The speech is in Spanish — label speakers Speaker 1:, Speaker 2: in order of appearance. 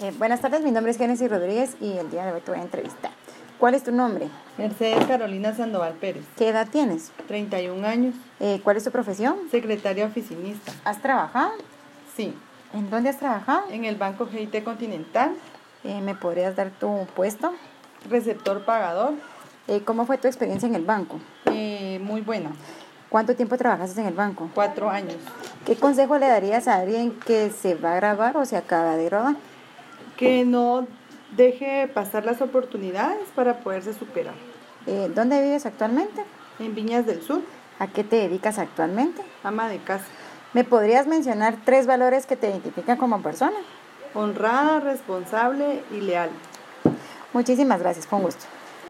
Speaker 1: Eh, buenas tardes, mi nombre es Genesis Rodríguez y el día de hoy te voy a entrevistar. ¿Cuál es tu nombre?
Speaker 2: Mercedes Carolina Sandoval Pérez,
Speaker 1: ¿Qué edad tienes?
Speaker 2: 31 años,
Speaker 1: Eh, ¿Cuál es tu profesión?
Speaker 2: secretaria oficinista.
Speaker 1: ¿Has trabajado?
Speaker 2: Sí,
Speaker 1: ¿En dónde has trabajado?
Speaker 2: en el Banco GIT Continental,
Speaker 1: Eh, ¿Me podrías dar tu puesto?
Speaker 2: receptor pagador,
Speaker 1: Eh, ¿Cómo fue tu experiencia en el banco?
Speaker 2: eh, muy buena,
Speaker 1: ¿Cuánto tiempo trabajaste en el banco?
Speaker 2: cuatro años.
Speaker 1: ¿Qué consejo le darías a alguien que se va a grabar o se acaba de grabar?
Speaker 2: Que no deje pasar las oportunidades para poderse superar.
Speaker 1: Eh, ¿Dónde vives actualmente?
Speaker 2: En Viñas del Sur,
Speaker 1: ¿A qué te dedicas actualmente?
Speaker 2: ama de casa,
Speaker 1: ¿Me podrías mencionar tres valores que te identifican como persona?
Speaker 2: honrada, responsable y leal.
Speaker 1: Muchísimas gracias, con gusto.